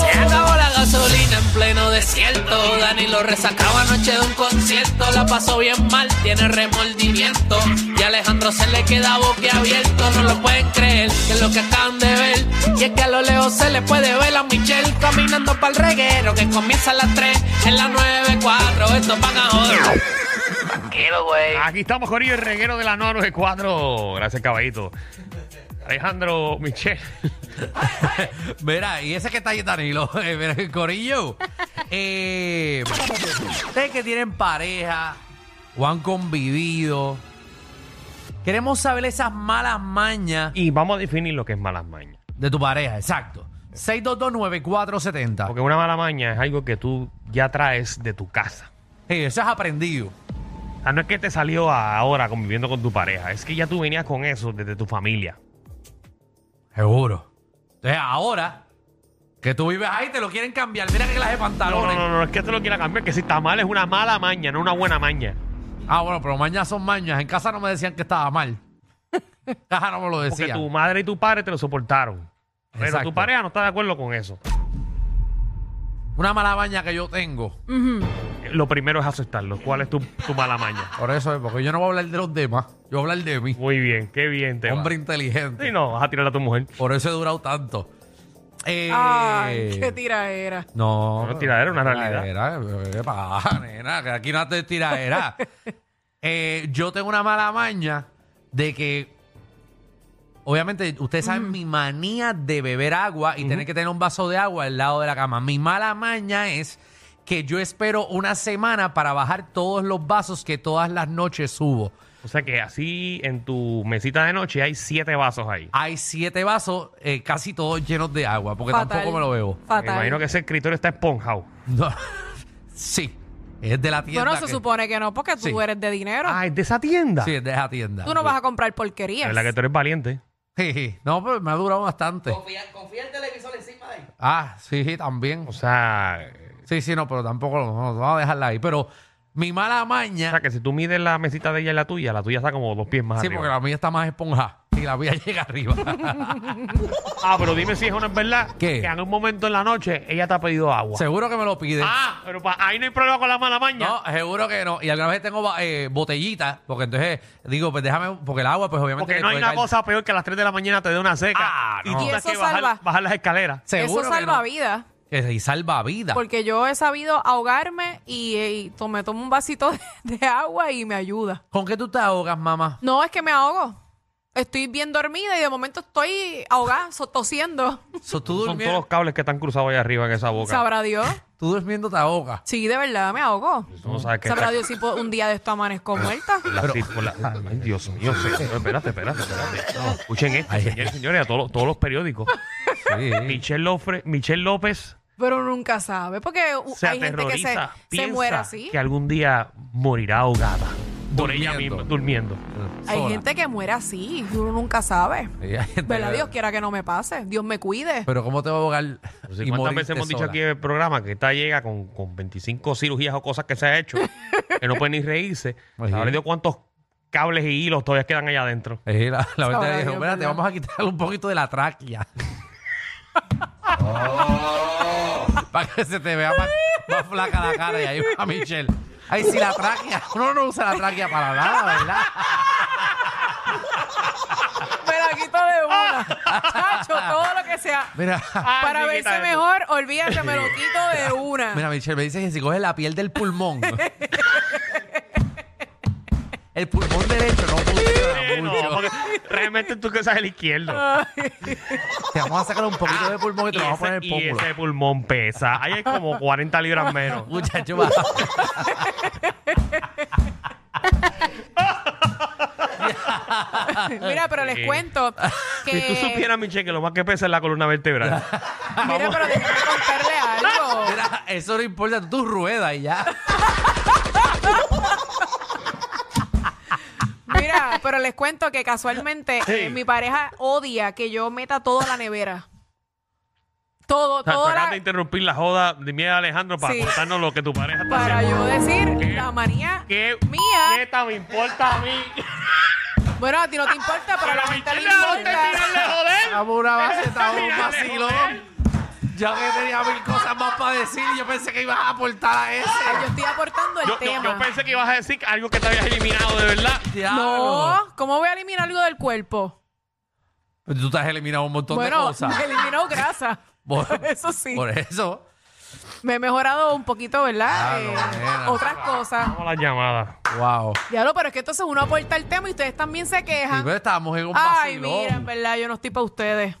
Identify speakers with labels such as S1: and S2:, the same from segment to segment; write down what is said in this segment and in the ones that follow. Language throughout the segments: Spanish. S1: Se acabó la gasolina en pleno desierto. Dani lo resacaba anoche de un concierto. La pasó bien mal, tiene remordimiento. Y a Alejandro se le queda boquiabierto. No lo pueden creer, que es lo que acaban de ver. Y es que a lo lejos se le puede ver a Michelle caminando para el reguero. Que comienza a las 3 en las 9.4. Esto van a joder. Tranquilo, güey.
S2: Aquí estamos, Corillo, el reguero de la 994. Gracias, caballito. Alejandro Michel.
S3: Mira, y ese que está ahí, Danilo, eh, mira, Corillo. eh, ustedes que tienen pareja o han convivido, queremos saber esas malas mañas
S2: Y vamos a definir lo que es malas mañas.
S3: de tu pareja, exacto. 6229470.
S2: Porque una mala maña es algo que tú ya traes de tu casa.
S3: Sí, eso es aprendido.
S2: O sea, no es que te salió ahora conviviendo con tu pareja, es que ya tú venías con eso desde tu familia.
S3: Seguro. Entonces, ahora que tú vives ahí, te lo quieren cambiar. Mira que clase de
S2: No, no,
S3: pantalones.
S2: no, no, es que te lo quiera cambiar, que si está mal es una mala maña, no una buena maña.
S3: Ah, bueno, pero mañas son mañas. En casa no me decían que estaba mal. En casa no me lo
S2: Porque
S3: decían.
S2: tu madre y tu padre te lo soportaron. Pero
S3: Exacto.
S2: tu pareja no está de acuerdo con eso.
S3: Una mala maña que yo tengo.
S2: Eh, Lo primero es aceptarlo. ¿Cuál es tu, tu mala maña?
S3: Por eso es, porque yo no voy a hablar de los demás, yo voy a hablar de mí.
S2: Muy bien, qué bien te va.
S3: Hombre inteligente.
S2: Sí, no, vas a tirar a tu mujer.
S3: Por eso he durado tanto. Eh,
S4: Ay, qué tiraera.
S3: No.
S2: No, tiradera es una
S3: realidad. ¿Qué pasa, nena? Que aquí no te tiradera. Eh, yo tengo una mala maña de que, obviamente, ustedes saben
S4: Mm.
S3: mi manía de beber agua y tener que tener un vaso de agua al lado de la cama. Mi mala maña es que yo espero una semana para bajar todos los vasos que todas las noches subo.
S2: O sea que así en tu mesita de noche hay siete vasos ahí.
S3: hay siete vasos eh, casi todos llenos de agua, porque
S4: Fatal.
S3: tampoco me lo bebo.
S2: Pues Me imagino
S4: Fatal.
S2: que ese escritorio está esponjado.
S3: No. sí, es de la tienda.
S4: Bueno, se
S3: que-
S4: supone que no, porque tú
S3: Sí.
S4: eres de dinero.
S2: Ah, es de esa tienda.
S3: Sí, es de esa tienda.
S4: tú no vas a comprar porquerías.
S2: Es la que tú eres valiente.
S3: Sí, sí. No, pero me ha durado bastante. Confía, el televisor encima de ahí. Ah, sí, sí, también.
S2: O sea, eh,
S3: Sí, sí, no, pero tampoco lo- no, vamos a dejarla ahí. Pero mi mala
S2: o
S3: maña.
S2: sea que si tú mides la mesita de ella y la tuya, la tuya está como dos pies más
S3: Sí,
S2: arriba.
S3: porque la mía está más esponja y la mía llega arriba.
S2: Ah, pero dime si eso no es verdad.
S3: ¿Qué?
S2: Que en un momento en la noche ella te ha pedido agua.
S3: seguro que me lo piden.
S2: Ah, pero pa- ahí no hay problema con la mala maña.
S3: No, seguro que no. Y alguna vez tengo ba- eh, botellitas, porque entonces digo, pues déjame, porque el agua, pues obviamente.
S2: porque
S3: le
S2: no hay
S3: puede
S2: una
S3: caer-
S2: cosa peor que a las 3 de la mañana te dé una seca
S3: Ah,
S2: y
S3: no.
S2: tú
S4: Y
S2: tengas
S4: eso
S2: que bajar,
S4: salva.
S2: bajar las escaleras.
S4: Eso
S3: Seguro que
S4: salva
S3: no.
S4: vidas.
S3: Que y salva vida.
S4: Porque yo he sabido ahogarme y, y to- me tomo un vasito de, de agua y me ayuda.
S3: ¿Con qué tú te ahogas, mamá?
S4: No, es que me ahogo. Estoy bien dormida y de momento estoy ahogada, so- tosiendo.
S3: So, tú,
S2: Son
S3: durmi-
S2: todos los cables que están cruzados ahí arriba en esa boca.
S4: Sabrá Dios.
S3: tú durmiendo te ahogas.
S4: Sí, de verdad, me ahogo.
S2: Tú no sabes qué
S4: Sabrá
S2: está-
S4: Dios si po- un día de esto amanezco muerta.
S2: La cir- con la- ay, Dios mío, señor. espérate, espérate, espérate. No, escuchen esto,
S3: Ay.
S2: señores, señores, a todos, los- todos los periódicos.
S3: Sí.
S2: Michelle, Lofre- Michelle López
S4: Pero nunca sabe, porque uh,
S2: se
S4: hay gente que se,
S2: aterroriza.
S4: se
S2: piensa
S4: muere así.
S2: Que algún día morirá ahogada. Por ella
S3: Durmiendo.
S2: misma, durmiendo.
S4: Hay gente que muere así, y uno nunca sabe. ¿Verdad? Dios quiera que no me pase. Dios me cuide.
S3: Pero ¿cómo te va a ahogar?
S2: No sé
S3: y
S2: ¿Cuántas
S3: morirte
S2: veces hemos dicho
S3: sola?
S2: aquí en el programa que esta llega con, con 25 cirugías o cosas que se ha hecho, que no puede ni reírse?
S3: Ajá.
S2: Habrá Dios cuántos cables y hilos todavía queden allá adentro.
S3: Sí, la, la verdad
S4: Sabrá
S3: dijo,
S4: Dios,
S3: "Mira, te
S4: ¿verdad?"
S3: vamos a quitar un poquito de la tráquea. Para que se te vea más, más flaca la cara y ahí va Michelle. Ay, si la tráquea. Uno no usa la tráquea para nada, ¿verdad?
S4: Me la quito de una. Chacho, todo lo que sea.
S3: Mira,
S2: Ah,
S4: Para
S2: sí,
S4: verse
S2: quita eso.
S4: mejor, olvídate, me lo quito de una.
S3: Mira, Michelle, me dice que si coges la piel del pulmón. el pulmón derecho no
S2: Eh,
S3: funciona mucho.
S2: no, porque realmente tú que sabes el izquierdo.
S3: Te vamos a sacar un poquito de pulmón y te lo vamos a poner el
S2: Ah, y
S3: pómulo.
S2: ese pulmón pesa. Ahí hay como 40 libras menos.
S3: Muchacho, va.
S4: Mira, pero les
S2: Sí.
S4: cuento que.
S2: Si tú supieras, Michelle, que lo más que pesa es la columna vertebral.
S4: Mira, pero déjame contarle algo.
S3: Mira, eso no importa, tú ruedas y ya.
S4: Mira, pero les cuento que casualmente
S2: Sí.
S4: eh, mi pareja odia que yo meta todo a la nevera. Todo,
S2: O sea, tú
S4: todo
S2: acabas
S4: la-
S2: de interrumpir la joda de mí a Alejandro para
S4: Sí.
S2: contarnos lo que tu pareja está
S4: Para
S2: haciendo.
S4: yo decir
S2: ¿Qué?
S4: la manía
S2: ¿Qué
S4: mía.
S2: esta me importa a mí?
S4: Bueno, a ti no te importa, pero a
S2: Pero
S4: la
S2: a
S4: gente le
S2: Michelle no te tirarle
S4: importa.
S2: joder.
S3: Vamos una base, estaba un
S2: Mira, joder.
S3: vacilón. Ya que tenía mil cosas más para decir y yo pensé que ibas a aportar a
S4: Ay,
S3: ese.
S4: Yo estoy aportando el
S2: Yo, yo,
S4: tema.
S2: yo pensé que ibas a decir algo que te habías eliminado, de verdad.
S3: Diablo.
S4: no, ¿cómo voy a eliminar algo del cuerpo?
S3: Pero tú te has eliminado un montón de
S4: Bueno,
S3: cosas.
S4: me eliminó grasa.
S3: Por-
S4: Eso sí.
S3: Por eso.
S4: Me he mejorado un poquito, ¿verdad?
S3: Claro,
S4: Eh,
S3: Ah, nena.
S4: otras cosas.
S2: Vamos a las llamadas.
S3: Wow.
S4: Diablo, pero es que entonces uno aporta el tema y ustedes también se
S3: Sí,
S4: quejan.
S3: pero pues estábamos en un
S4: Ay,
S3: vacilón.
S4: mira, en verdad, yo no estoy para ustedes.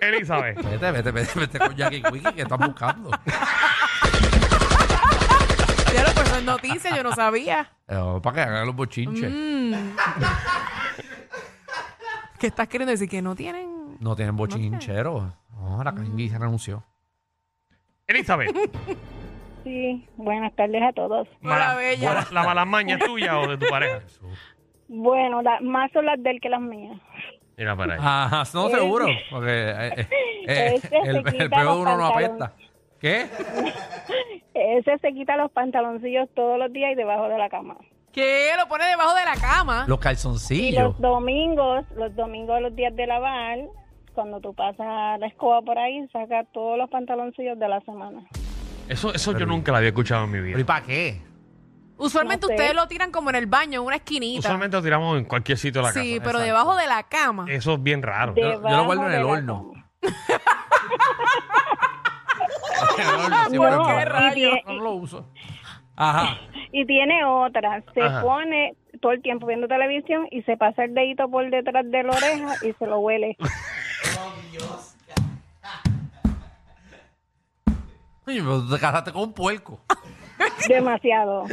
S2: Elizabeth.
S3: Vete, vete, vete, vete con Jackie Quickie que estás buscando.
S4: Diablo, pues eso es noticia, yo no sabía.
S3: Eh, para que hagan los bochinches.
S4: ¿Qué estás queriendo decir? Que no tienen...
S3: No Mm. tienen bochincheros. No, la Canguí se renunció.
S2: Elizabeth.
S5: Sí, buenas tardes a todos.
S4: Hola,
S2: mala-
S4: bella.
S2: buena- ¿La mala maña es tuya o de tu pareja?
S5: Bueno, la- más son las del que las mías.
S2: Mira para allá.
S3: Ajá, no, seguro. Porque eh, eh, eh,
S5: Ese se
S3: el, el
S5: quita
S3: peo de
S5: los
S3: uno no
S5: pantalones.
S3: apesta. ¿Qué?
S5: Ese se quita los pantaloncillos todos los días y debajo de la cama.
S4: ¿Qué? Lo pone debajo de la cama.
S3: Los
S5: Y
S3: calzoncillos.
S5: los domingos, los domingos, los días de lavar, cuando tú pasas la escoba por ahí, saca todos los pantaloncillos de la semana.
S2: Eso, eso yo nunca la había escuchado en mi
S3: ¿Pero y
S2: vida.
S3: para qué?
S4: Usualmente
S5: No sé.
S4: ustedes lo tiran como en el baño, en una esquinita.
S2: Usualmente lo tiramos en cualquier sitio de la
S4: sí,
S2: casa.
S4: pero
S3: exacto. Eh,
S4: debajo de la cama.
S2: Eso es bien raro.
S3: yo lo
S5: Debajo
S3: guardo en
S5: de
S3: el
S5: la
S3: horno.
S5: cama.
S3: El horno siempre
S5: No,
S3: es bueno.
S5: qué rayos.
S3: No lo uso. Ajá.
S5: Y tiene otra, se
S2: Ajá.
S5: pone todo el tiempo viendo televisión y se pasa el dedito por detrás de la oreja y se lo huele.
S3: Oye, pero te casaste con un puerco.
S5: Demasiado.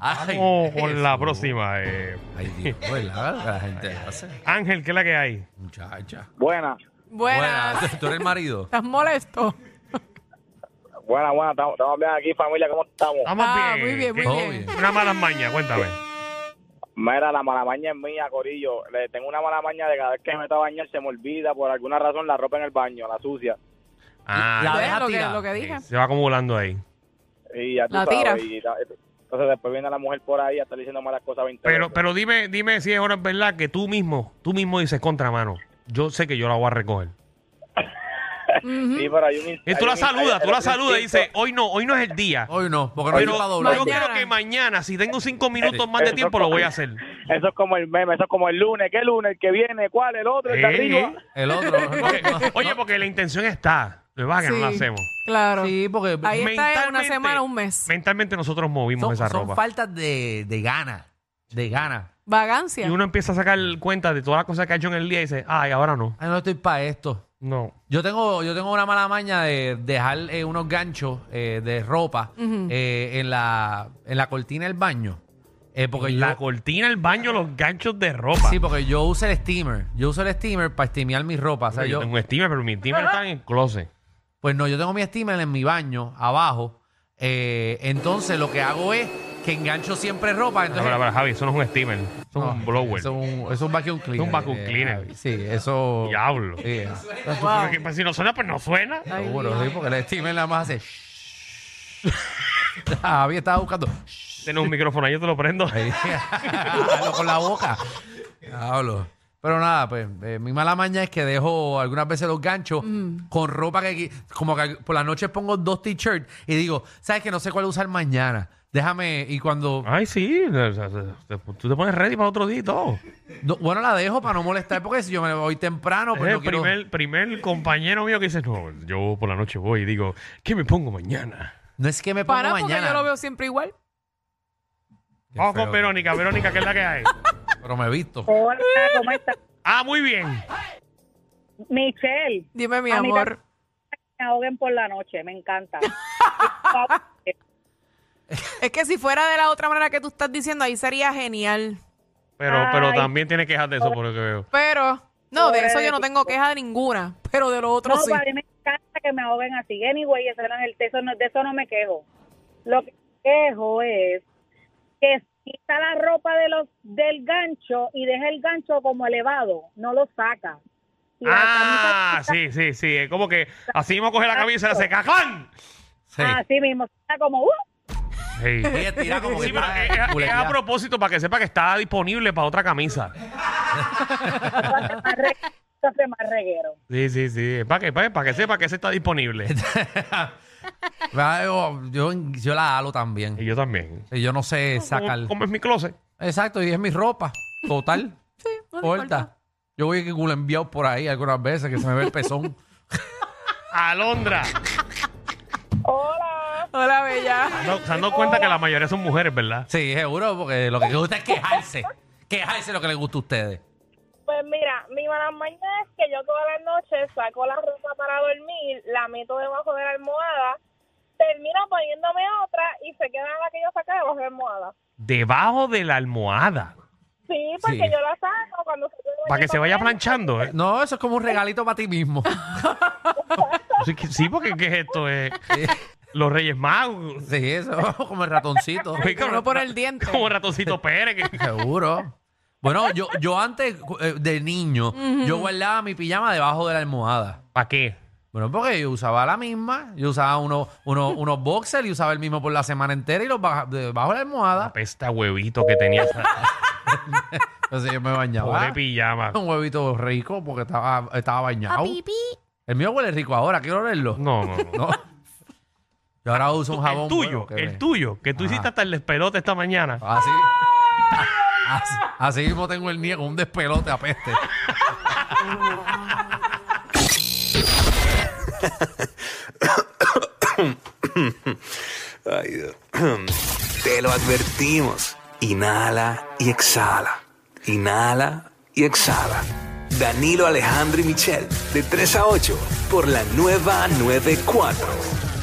S3: Ay,
S2: Vamos con la
S3: Jesús.
S2: próxima. eh.
S3: Ay, Dios, ¿verdad? La gente hace.
S2: Ángel, ¿qué es la que hay?
S3: Muchacha.
S6: Buena,
S4: Buenas.
S3: Buena, tú eres el marido.
S4: ¿Estás molesto?
S6: buena, buena. Estamos, estamos bien aquí, familia. ¿Cómo estamos?
S2: Vamos
S4: Ah,
S2: bien.
S4: muy bien, muy
S2: ¿Qué-
S3: Todo
S4: bien.
S2: Una mala maña, cuéntame.
S6: Mira, la mala maña es mía, Corillo. Le tengo una mala maña de cada vez que me meto a bañar se me olvida por alguna razón la ropa en el baño, la sucia.
S2: Ah,
S3: La
S4: ¿Ves
S3: deja
S4: lo, que,
S3: tirar.
S4: lo que
S2: eh,
S4: dije.
S2: se va acumulando ahí.
S6: Y ya tú
S4: La
S6: sabes,
S4: tira.
S6: y la- entonces después viene la mujer por ahí a estar diciendo malas cosas 20
S2: Pero,
S6: veces.
S2: pero dime, dime si es ahora verdad que tú mismo, tú mismo dices contramano. Yo sé que yo la voy a recoger.
S6: Sí, pero hay un ins-
S2: Y tú
S6: hay
S2: la
S6: un-
S2: saludas,
S6: hay-
S2: tú la
S6: hay un
S2: saludas y
S6: instinto.
S2: dices, hoy no, hoy no es el día.
S3: Hoy no, porque no hay
S2: Pero
S3: ropa
S2: yo
S3: doble.
S2: creo que mañana, si tengo cinco minutos más de
S6: Eso
S2: tiempo, lo voy a hacer.
S6: Eso es como el meme, eso es como el lunes. ¿Qué lunes? ¿El que viene? ¿Cuál? ¿El otro? ¿El de
S2: Eh,
S6: arriba?
S2: eh.
S3: El otro.
S2: Porque- oye, porque la intención está. Lo que pasa es que no la
S4: Sí.
S2: hacemos.
S4: Claro.
S3: Sí, porque
S4: Ahí está en una
S2: Mentalmente-
S4: semana, un mes.
S2: Mentalmente nosotros movimos
S3: son,
S2: esa
S3: son
S2: ropa.
S3: faltas de, de gana. De gana.
S4: Vagancia.
S2: Y uno empieza a sacar cuenta de todas las cosas que ha hecho en el día y dice, ay, ahora no.
S3: Ay, no estoy para esto.
S2: No.
S3: Yo tengo, yo tengo una mala maña de dejar eh, unos ganchos eh, de ropa eh, en, la, en la cortina del baño. Eh, porque yo,
S2: La cortina, el baño, los ganchos de ropa.
S3: Sí, porque yo uso el steamer. Yo uso el steamer para estimear mi ropa. O sea,
S2: yo,
S3: yo,
S2: tengo un steamer, pero mi steamer está en el closet.
S3: Pues no, yo tengo mi steamer en mi baño, abajo. Eh, entonces lo que hago es que engancho siempre ropa.
S2: Ah, Pero,
S3: Entonces,
S2: pero, pero, Javi, eso no es un steamer. Eso es
S3: No,
S2: un blower.
S3: Ah, Eso es un, eso es un vacuum cleaner.
S2: un vacuum
S3: eh,
S2: cleaner.
S3: sí, eso.
S2: Diablo.
S3: Sí,
S4: Wow.
S2: Porque, pues, si no suena, pues no suena.
S4: Ay,
S3: seguro,
S4: Dios.
S3: sí, porque el steamer nada más hace. shhh. Javi estaba buscando. shhh,
S2: Tienes un micrófono, ahí, yo te lo prendo.
S3: ahí. Hazlo con la boca. Diablo. Pero nada, pues eh, mi mala maña es que dejo algunas veces los ganchos
S4: Mm.
S3: con ropa que qui- como que por las noches pongo dos t-shirts y digo, ¿sabes que no sé cuál usar mañana? Déjame y cuando
S2: Ay, sí. o sea, te- te- Tú te pones ready para otro día y todo.
S3: No, bueno, la dejo para no molestar, porque si yo me voy temprano,
S2: Es
S3: pues
S2: el
S3: no quiero-
S2: primer, primer compañero mío que dice, no, yo por la noche voy y digo, ¿qué me pongo mañana?
S3: No es que me ponga
S4: Para, porque
S3: mañana.
S4: yo lo veo siempre igual.
S3: Qué
S2: Vamos
S3: feo,
S2: con Verónica. Verónica, ¿qué es la que hay?
S3: Pero me he visto.
S5: Hola, ¿cómo estás?
S2: ah, muy bien.
S5: Michelle,
S4: Dime, mi
S5: A mí
S4: amor.
S5: me ahoguen por la noche, me encanta.
S4: Es que si fuera de la otra manera que tú estás diciendo, ahí sería genial.
S2: Pero, pero
S5: Ay.
S2: también tiene quejas de eso, por lo que veo.
S4: Pero, no, de
S5: Pobre
S4: eso yo
S5: de
S4: no
S5: ti.
S4: tengo queja de ninguna, pero de lo otro
S5: No,
S4: sí.
S5: para mí me encanta que me ahoguen así. Anyway, eso no es el eso no, de eso no me quejo. Lo que me quejo es que quita la ropa de los del gancho y deja el gancho como elevado, no lo saca. Y la
S2: Ah,
S5: camisa-
S2: sí, sí, sí. Es como que así mismo coge la camisa y la hace ¡caclán!
S3: Sí.
S4: Ah.
S5: Así mismo, está como, ¡uh!
S2: Sí.
S3: Ella tira como que
S2: Sí, pero
S3: está
S2: es- es- es a
S3: culeteada.
S2: propósito para que sepa que está disponible para otra camisa.
S5: Entonces, más re- entonces, más reguero.
S2: Sí, sí, sí. Para que, para, que sepa que ese está disponible.
S3: Va, yo, yo, yo la halo también.
S2: Y yo también.
S3: Y yo no sé sacar.
S2: ¿Cómo es mi closet?
S3: Exacto, y es mi ropa. Total.
S4: Sí, no te importa.
S3: Corta. Yo voy que enviado por ahí algunas veces que se me ve el pezón.
S2: Alondra.
S5: Hola,
S4: Hola, bella.
S2: No, se han dado cuenta que la mayoría son mujeres, ¿verdad?
S3: Sí, seguro, porque lo que les gusta es quejarse. Quejarse es lo que les gusta a ustedes.
S5: pues mira, mi mala mañana es que yo todas las noches saco la ropa para dormir, la meto debajo de la almohada, termino poniéndome otra y se queda la que yo saqué debajo de la almohada.
S2: Debajo de la almohada.
S5: Sí, porque
S3: Sí.
S5: yo la saco cuando se
S2: Para que se vaya planchando. ¿eh?
S3: No, eso es como un regalito para ti mismo.
S2: Sí, que- sí, porque ¿qué es esto? Eh?
S3: Sí,
S2: Los Reyes Magos.
S3: sí, eso como el ratoncito.
S2: Oye, cabrón,
S4: No por el diente.
S2: Como Ratoncito Pérez. que-
S3: Seguro. Bueno, yo, yo antes eh, de niño, yo guardaba mi pijama debajo de la almohada.
S2: ¿Para qué?
S3: Bueno, porque yo usaba la misma, yo usaba unos unos unos boxers y usaba el mismo por la semana entera y los baja- debajo de la
S2: La
S3: almohada.
S2: pesta este huevito que tenía esa
S3: ¿Ah? Entonces yo me bañaba.
S2: pobre pijama.
S3: Un huevito rico porque estaba, estaba bañado. El mío huele rico ahora, quiero olerlo.
S2: No, no, no.
S3: No. Yo ahora uso un jabón.
S2: el tuyo,
S3: bueno, que
S2: el
S3: me-
S2: tuyo, que tú
S3: Ajá.
S2: hiciste hasta el despelote esta mañana.
S3: Así. Así, así mismo tengo el niego, un despelote a peste.
S7: Ay, Dios. Te lo advertimos. Inhala y exhala. Inhala y exhala. Danilo Alejandro y Michel, de 3 a 8, por la nueva 94.